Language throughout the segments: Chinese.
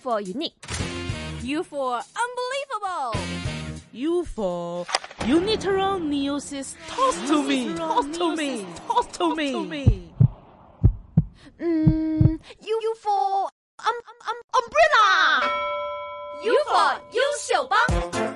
for unique, U for unbelievable, U for uniteral meiosis. Toss to me. Toss to me. Toss to me. 嗯，U U Mm, for um um um umbrella, U for 优秀帮。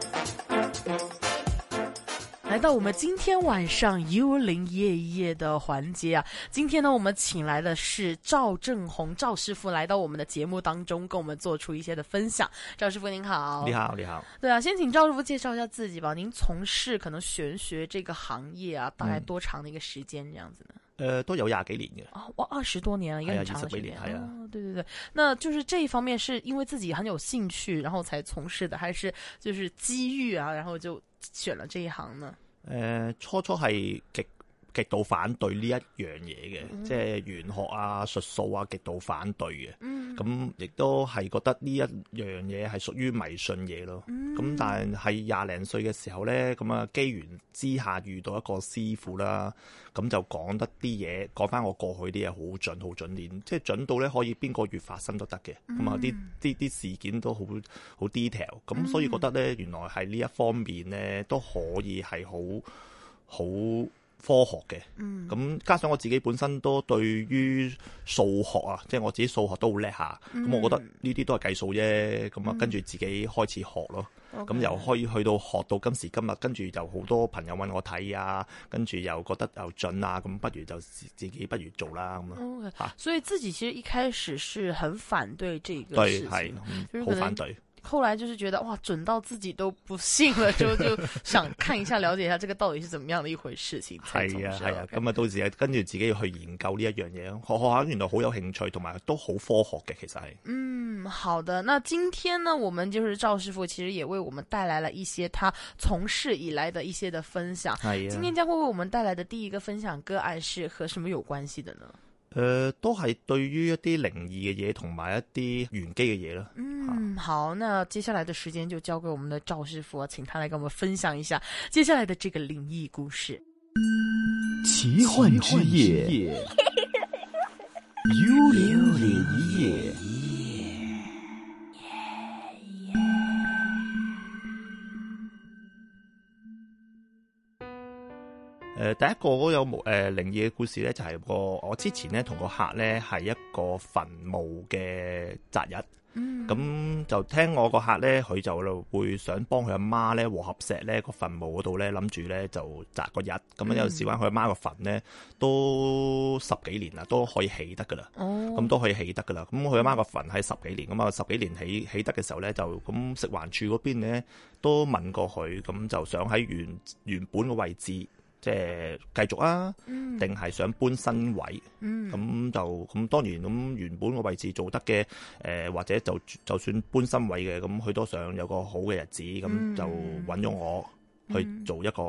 来到我们今天晚上幽灵夜夜的环节啊，今天呢，我们请来的是赵正红赵师傅来到我们的节目当中，跟我们做出一些的分享。赵师傅您好，你。好，你好。对啊，先请赵师傅介绍一下自己吧。您从事可能玄学这个行业啊，大概多长的一个时间这样子呢？诶、呃都有廿幾年嘅，哦，哇，二十多年了，一个哎呀很长的时20间。年哎呀哦，对对对，那就是这一方面是因为自己很有兴趣，然后才从事的，还是就是机遇啊，然后就选了这一行呢？诶、呃初初係極極度反對呢一樣嘢嘅，即係玄學啊、術數啊，極度反對嘅。嗯咁亦都係覺得呢一樣嘢係屬於迷信嘢咯。咁、但係廿零歲嘅時候呢，咁啊機緣之下遇到一個師傅啦，咁就講得啲嘢，講翻我過去啲嘢好準好準練，即係準到呢可以邊個月發生都得嘅。咁啊啲啲啲事件都好好 detail，咁所以覺得呢，原來係呢一方面呢都可以係好好科學嘅。嗯咁加上我自己本身都對於數學啊，即係我自己數學都好叻下，咁、嗯我覺得呢啲都係計數啫，咁啊跟住自己開始學咯，咁由可以去到學到今時今日，跟住就好多朋友揾我睇啊，跟住又覺得又準啊，咁不如就自自己不如做啦咁啊， OK，啊所以自己其实一开始是很反对这个事對情的，就是係嗯可好能反對，后来就是觉得哇，准到自己都不信了，之后就想看一下、了解一下这个到底是怎么样的一回事情。才从係啊事係啊， OK 咁啊到時啊跟住自己要去研究呢一樣嘢，學學下原來好有興趣，同埋都好科學嘅其實係。嗯，好的。那今天呢，我们就是赵师傅，其实也为我们带来了一些他从事以来的一些的分享。係今天将会为我们带来的第一个分享个案是和什么有关系的呢？誒、呃都係對於一啲靈異嘅嘢同埋一啲玄機嘅嘢啦。嗯，好，那接下来的时间就交给我们的赵师傅，请他来跟我们分享一下接下来的这个灵异故事。奇幻之夜，幽灵夜。誒、第一個嗰有無誒、靈異嘅故事咧，就係、個我之前咧同個客咧係一個墳墓嘅擇日，嗯咁、就聽我個客咧，佢就會想幫佢阿媽咧和合石咧個墳墓嗰度咧，諗住咧就擇個日，咁樣有時玩佢阿媽個墳咧都十幾年啦，都可以起得噶啦。哦，咁都可以起得噶啦。咁佢阿媽個墳喺十幾年，咁啊十幾年起起得嘅時候咧，就咁食環署嗰邊咧都問過佢，咁就想喺原原本嘅位置。即係繼續啊，嗯定係想搬新位？嗯咁、就咁當然咁原本個位置做得嘅，誒、或者就就算搬新位嘅，咁佢都想有個好嘅日子，咁嗯就揾咗我去做一個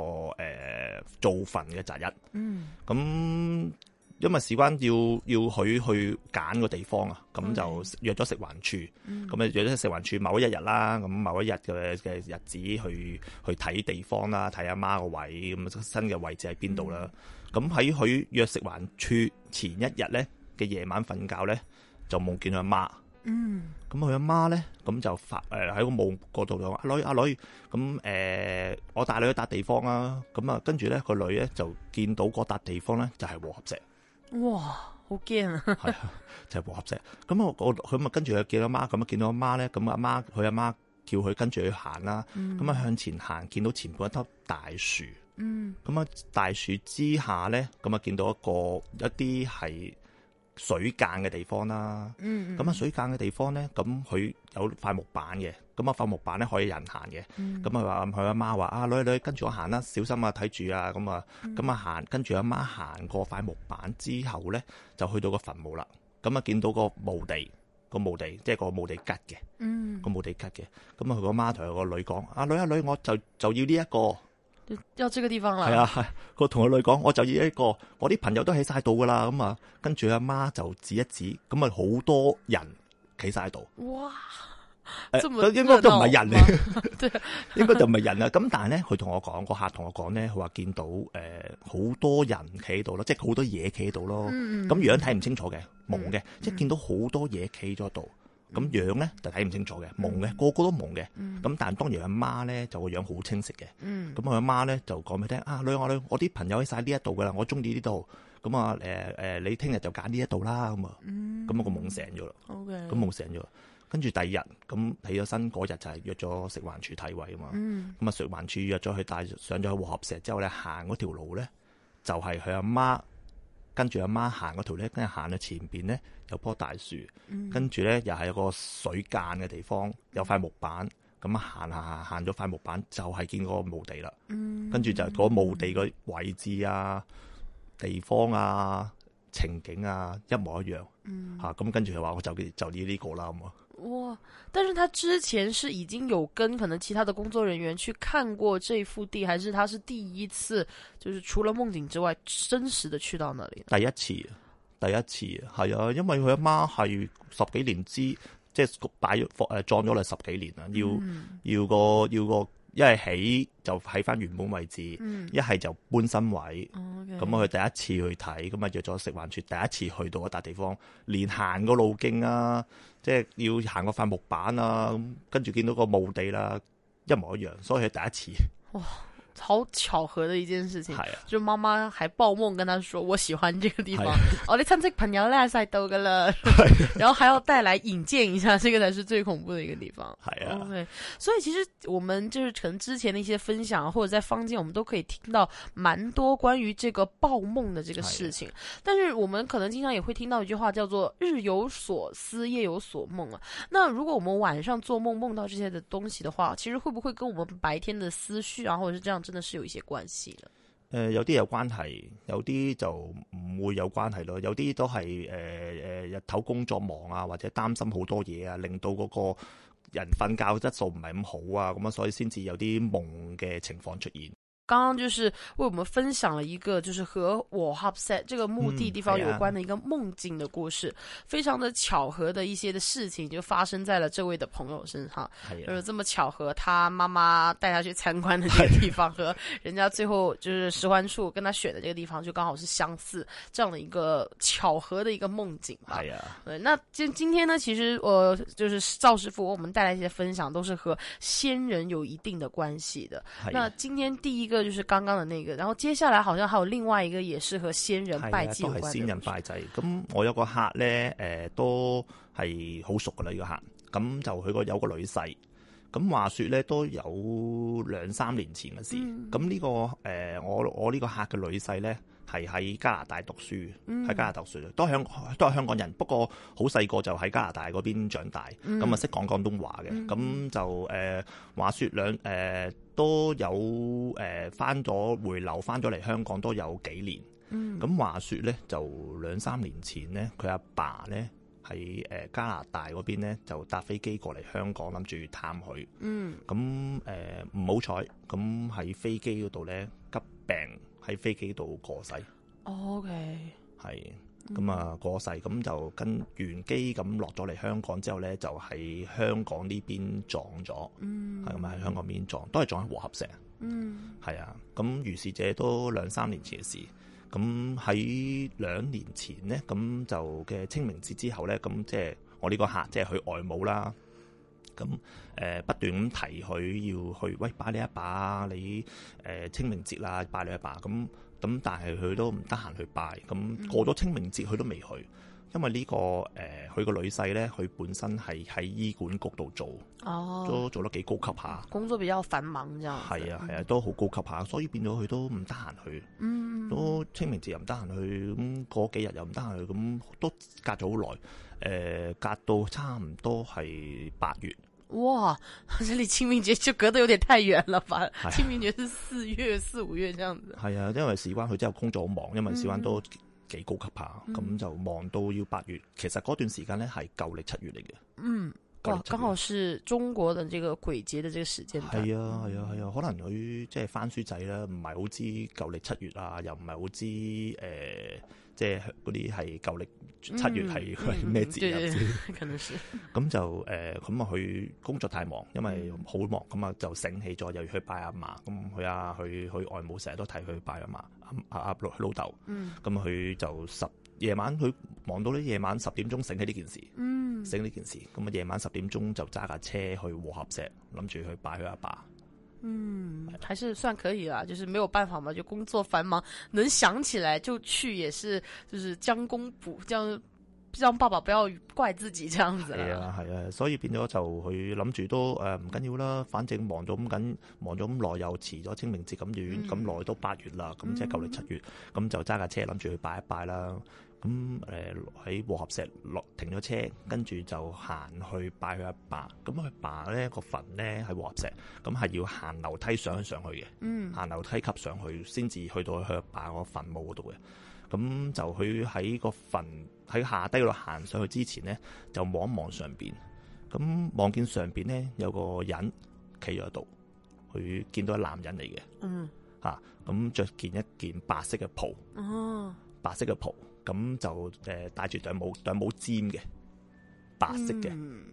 誒、做墳嘅責任。嗯咁因為事關要要佢去揀個地方啊，咁就嗯約咗食環署，咁啊約咗食環署某一日啦，咁某一日嘅嘅日子去去睇地方啦，睇阿媽個位，咁啊新嘅位置喺邊度嗯啦。咁喺佢約食環署前一日咧嘅夜晚瞓覺咧，就夢見佢阿媽。嗯咁佢阿媽咧，咁就發誒喺個墓嗰度就話：阿女阿女，咁誒、呃我帶你去笪地方啊！咁啊，跟住咧個女咧就見到嗰笪地方咧就係、和合石，哇，好驚 啊！係啊就係、和合石。咁我我佢啊跟住佢見阿媽，咁啊見到阿媽咧，咁阿媽佢阿媽叫佢跟住去行啦，咁啊、向前行，見到前邊一棵大樹，嗯咁啊大樹之下咧，咁啊見到一個一啲係水間嘅地方啦。嗯咁啊，水間嘅地方咧，咁佢有塊木板嘅，咁啊塊木板咧可以人行嘅。嗯咁佢話佢阿媽話啊，女女跟住我行啦，小心啊，睇住啊，咁啊，嗯咁啊行，跟住阿媽行過塊木板之後咧，就去到個墳墓啦。咁啊，見到個墓地，個墓地即係個墓地吉嘅，嗯，個墓地吉嘅。咁啊，佢個媽同佢個女講：啊女啊女，我就就要呢一個。就要這個地方啦。係啊， 係佢同佢女講，我就要一個，我啲朋友都喺晒度噶啦，咁啊，跟住阿媽就指一指，咁啊好多人企晒喺度，哇，誒這咁麼應該都唔 係人嚟，嚟， 對，應該就唔係人啦。咁但係咧，佢同我講，個客同我講咧，佢話見到誒好、多人企喺度咯，即係好多嘢企喺度咯。咁、嗯嗯樣睇唔清楚嘅，蒙嘅，即係見到好多嘢企咗喺度。咁樣咧就睇唔清楚嘅，蒙嘅，個個都蒙嘅。咁但係當然阿媽咧就個樣好清晰嘅。咁佢阿媽咧就講俾佢聽啊，女我女，我啲朋友喺晒呢一度噶啦，我中意呢度。咁啊誒誒，你聽日就揀呢一度啦。咁啊，咁我個夢醒咗啦。 ，OK，咁夢醒咗，跟住第二日咁起咗身嗰日就係約咗食環署睇位啊嘛。咁啊食環署約咗佢帶上咗去和合石之後咧，行嗰條路咧就係佢阿媽跟住阿媽行嗰條咧，跟住行到前邊咧有棵大樹，跟住咧又係有個水間嘅地方，有塊木板。咁行行行行咗塊木板，就係見嗰個墓地啦。跟住就係嗰個墓地嘅位置啊、地方啊、情景啊，一模一樣。吓啊咁、跟住佢話我就就呢呢個啦咁啊，哇！但是他之前是已经有跟可能其他的工作人员去看过这幅地，还是他是第一次，就是除了梦境之外，真实的去到那里呢？第一次，第一次係啊，因為佢阿媽係十幾年之，即係擺咗放誒葬咗嚟十幾年啦，啊要、要個要個一係起就喺翻原本位置，一係、就搬新位。嗯咁啊佢第一次去睇，咁啊約咗食環署第一次去到嗰笪地方，連行個路徑啊，即係要行個塊木板啊，咁跟住見到個墓地啦，一模一樣，所以佢第一次好巧合的一件事情係，啊。就媽媽還報夢跟他說我喜歡這個地方係， 我的親戚朋友咧晒到噶啦， 然後還要帶來引薦一下，這个才是最恐怖的一个地方。係啊 OK，所以其实我们就是可能之前的一些分享，啊或者在坊间，我们都可以听到蛮多关于这个报梦的这个事情。但是我们可能经常也会听到一句话叫做“日有所思，夜有所梦”啊。那如果我们晚上做梦梦到这些的东西的话，其实会不会跟我们白天的思绪啊，或者是这样，真的是有一些关系呢？誒、呃有啲有關係，有啲就唔會有關係咯。有啲都係誒誒日頭工作忙啊，或者擔心好多嘢啊，令到嗰個人瞓覺質素唔係咁好啊，咁啊，所以先至有啲夢嘅情況出現。刚刚就是为我们分享了一个就是和我 h u b s e t 这个墓地嗯地方哎呀有关的一个梦境的故事，非常的巧合的一些的事情就发生在了这位的朋友身上，係就是啊，这么巧合，他妈妈带他去参观的这个地方 和人家最后就是石环处跟他选的这个地方就刚好是相似，这样的一个巧合的一个梦境吧。係啊，对，那今今天呢，其实呃，就是赵师傅为我们带来一些分享，都是和仙人有一定的关系的。係那啊。今天第一个就是刚刚的那个，然后接下来好像还有另外一个也是和仙人係拜啊，祭有都关的係先人拜祭。咁我有個客咧，誒、都係好熟噶啦，呢、個客。咁就佢個有個女婿。咁話說咧，都有兩三年前嘅事。嗯咁呢、個誒、我我呢個客嘅女婿咧，係喺加拿大讀書，喺、嗯加拿大讀書，都係香都係香港人，不過好細個就喺加拿大嗰邊長大，嗯咁啊識講廣東話嘅。咁、就誒、話說兩誒、都有誒翻咗回流翻咗嚟香港都有幾年。咁話說咧，就兩三年前咧，佢阿爸咧喺誒加拿大嗰邊咧，就搭飛機過嚟香港，諗住探佢。嗯咁誒唔好彩，咁喺飛機嗰度咧急病喺飛機度過世，哦，OK，係咁啊過世，咁就跟原機咁落咗嚟香港之後咧，就喺香港呢邊撞咗，係咁啊喺香港呢邊撞，都係撞喺和合石。嗯係啊，咁如是者都兩三年前嘅事。咁喺兩年前呢，咁就嘅清明節之後呢，咁即係我呢個客即係佢外母啦。咁誒、呃不斷咁提佢要去，喂拜你一把，你誒、呃清明節啦，拜你一把。咁咁但係佢都唔得閒去拜。嗯咁過咗清明節佢都未去，因為呢、個誒佢個女婿呢，佢本身係喺醫管局度做，哦，嗯都做得幾高級下。工作比较繁忙这样，係啊係啊，都好高級下，所以變咗佢都唔得閒去，嗯，都清明節又唔得閒去，咁嗰幾日又唔得閒去，咁都隔咗好耐，誒、隔到差唔多係八月，哇， 这里清明节就隔得有点太远了吧？呀清明节是四月四五月这样子，係啊，因為事關佢之後工作好忙，因嗯為事關都幾高級下，咁、就忙到要八月，其實嗰段時間咧係舊歷七月嚟嘅。嗯，隔哇了，七刚月好是中国的这个鬼节的这个时间段，係啊，係啊，係啊，可能佢即係翻書仔啦，唔係好知舊歷七月啊，又唔係好知誒、即係嗰啲係舊歷七月係係嗯對咩節啊之對類？可能是，咁就誒，咁啊佢工作太忙，因為嗯好忙，咁啊就醒起咗又要去拜阿嫲。咁佢啊，佢佢外母成日都睇佢拜阿嫲，阿阿阿老佢老豆。嗯咁佢就十夜晚佢忙到咧夜晚十點鐘醒起呢件事，嗯，醒呢件事，咁啊夜晚十點鐘就揸架車去和合石，諗住去拜佢阿爸。嗯，还是算可以啦，就是没有办法嘛，就工作繁忙，能想起来就去，也是就是将功补，这样让爸爸不要怪自己这样子係啦。啊，係啊，所以變咗就佢諗住都誒唔緊要啦，反正忙咗咁緊，忙咗咁耐又遲咗清明節咁遠，咁耐都八月啦，咁即係舊年七月，咁就揸架車諗住去拜一拜啦。咁誒喺和合石落停咗車，跟住就行去拜佢阿爸。咁佢爸咧個墳咧喺和合石，咁係要行樓梯上上去嘅。嗯行樓梯級上去，先至去到佢阿爸個墳墓嗰度嘅。咁就佢喺個墳喺下低嗰度行上去之前呢，就望一望上邊。咁望見上邊呢，有個人企咗喺度，佢見到係男人嚟嘅嗯，嚇，咁、着件一件白色嘅袍，哦，白色嘅袍，咁就誒戴住頂帽，頂帽尖嘅，白色嘅。嗯，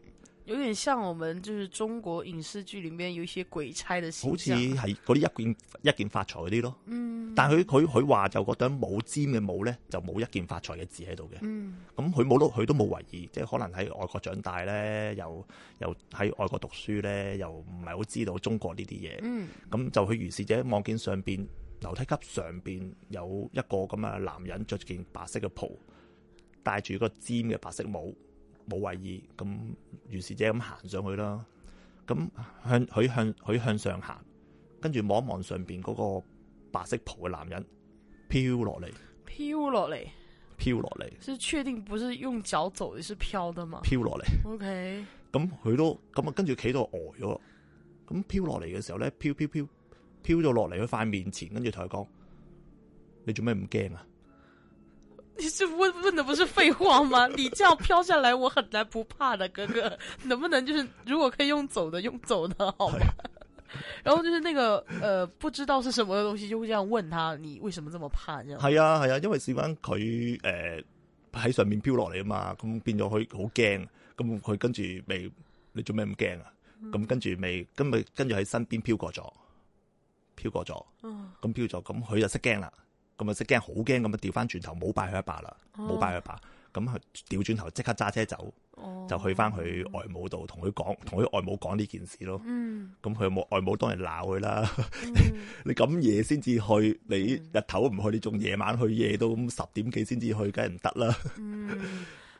有点像我们就是中国影视剧里面有一些鬼差的好形似象。嗯係嗰啲一件一件發財嗰啲咯，但係佢佢佢話就嗰頂冇尖嘅帽咧，就冇一件發財嘅字喺度嘅。嗯咁佢冇都佢都冇懷疑，即係可能喺外國長大咧，又又喺外國讀書咧，又唔係好知道中國呢啲嘢。嗯咁、就佢如是者望見上邊樓梯級上邊有一個咁嘅男人着件白色嘅袍，戴住個尖嘅白色帽，冇懷疑。咁如是者咁行上去啦。咁向佢向佢向上行，跟住望一望上邊嗰個白色袍嘅男人飄落嚟，飘落嚟飄落嚟，是确定不是用脚走的，是飘的吗飄落嚟。 ？OK，咁佢都咁啊，跟住企到呆咗咯。咁飄落嚟嘅時候咧，飄飄飄飄咗落嚟佢塊面前，跟住同佢講：你做咩唔驚啊？ 你是问问的不是废话吗？你这样飘下来，我很难不怕的，哥哥。能不能就是如果可以用走的，用走的好吗？ 然后就是那个呃，不知道是什么的东西，就会这样问他，你为什么这么怕？这样係啊係啊，因為事關佢誒喺上面飄落嚟啊嘛，咁變咗佢好驚，咁佢跟住咪你做咩唔驚啊？咁跟住咪跟咪跟住喺身邊飄過咗，飄過咗，咁飄咗，咁佢就識驚啦，咁啊識驚好驚咁啊掉翻轉頭冇拜佢阿爸啦，冇拜佢阿爸，咁佢調轉頭即刻揸車走。哦，就去翻佢外母度，同佢講，同佢外母講呢件事咯。咁佢母外母當然鬧佢啦。 你咁夜先至去，你日頭唔去，你仲夜晚去，夜到咁十點幾先至去，梗係唔得啦。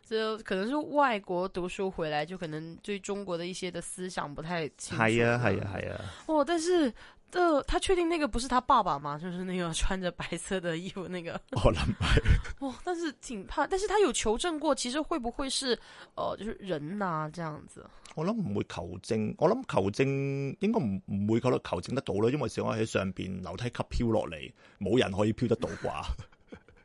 这可能是外国读书回来，就可能对中国的一些的思想不太清楚。係啊，係啊，係啊。哦，但是呃，他确定那个不是他爸爸吗？就是那个穿着白色的衣服那个。我諗係哇，但是挺怕，但是他有求证过，其实会不会是呃，就是人呐、这样子？我諗唔會求證，我諗求證應該唔唔會求得求證得到啦，因為小我喺上邊樓梯級飄落嚟，冇人可以飄得到 啩。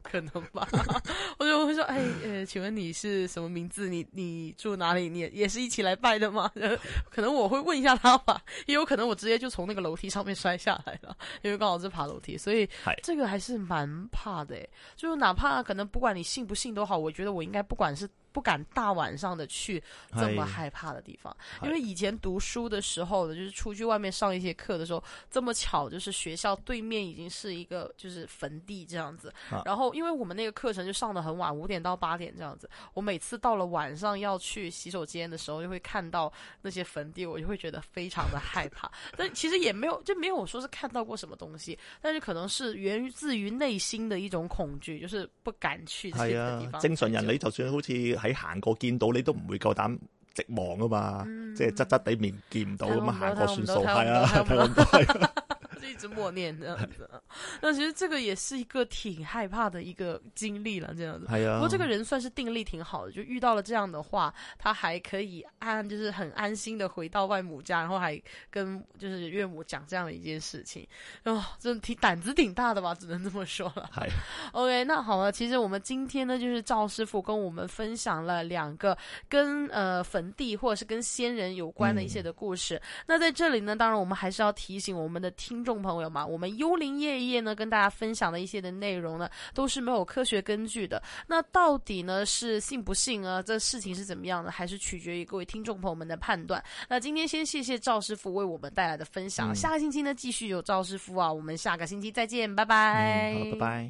可能吧， 我就会说，哎，呃，请问你是什么名字？你你住哪里？你也也是一起来拜的吗？ 呃可能我会问一下他吧，也有可能我直接就从那个楼梯上面摔下来了，因为刚好是爬楼梯，所以嗨这个还是蛮怕的诶。就哪怕可能不管你信不信都好，我觉得我应该不管是不敢大晚上的去这么嗨害怕的地方，嗨因为以前读书的时候呢，就是出去外面上一些课的时候，这么巧就是学校对面已经是一个就是坟地这样子，啊然后因为我们那个课程就上的很晚，五点到八点这样子。我每次到了晚上要去洗手间的时候，就会看到那些坟地，我就会觉得非常的害怕。但其实也没有，就没有说是看到过什么东西，但是可能是源自于内心的一种恐惧，就是不敢去这係个啊地方。，正常人你就算好似喺行過見到，你都唔會夠膽直望啊嘛，即係側側地面見唔到咁啊，睇行唔到過睇算數，唔到係啊， 睇睇唔唔到，係啊 就一直默念这样子。啊那其实这个也是一个挺害怕的一个经历了，这样子。係啊。不过这个人算是定力挺好的，就遇到了这样的话，他还可以安，就是很安心的回到外母家，然后还跟就是岳母讲这样的一件事情，哦，真的挺胆子挺大的吧，只能这么说了。係 OK，那好了，其实我们今天呢，就是赵师傅跟我们分享了两个跟呃坟地或者是跟仙人有关的一些的故事。那在这里呢，当然我们还是要提醒我们的听众朋友嘛，我们幽灵夜夜呢跟大家分享的一些的内容呢，都是没有科学根据的。那到底呢是信不信啊？这事情是怎么样的，还是取决于各位听众朋友们的判断。那今天先谢谢赵师傅为我们带来的分享，下个星期呢继续有赵师傅啊，我们下个星期再见，拜拜，嗯，好，拜拜。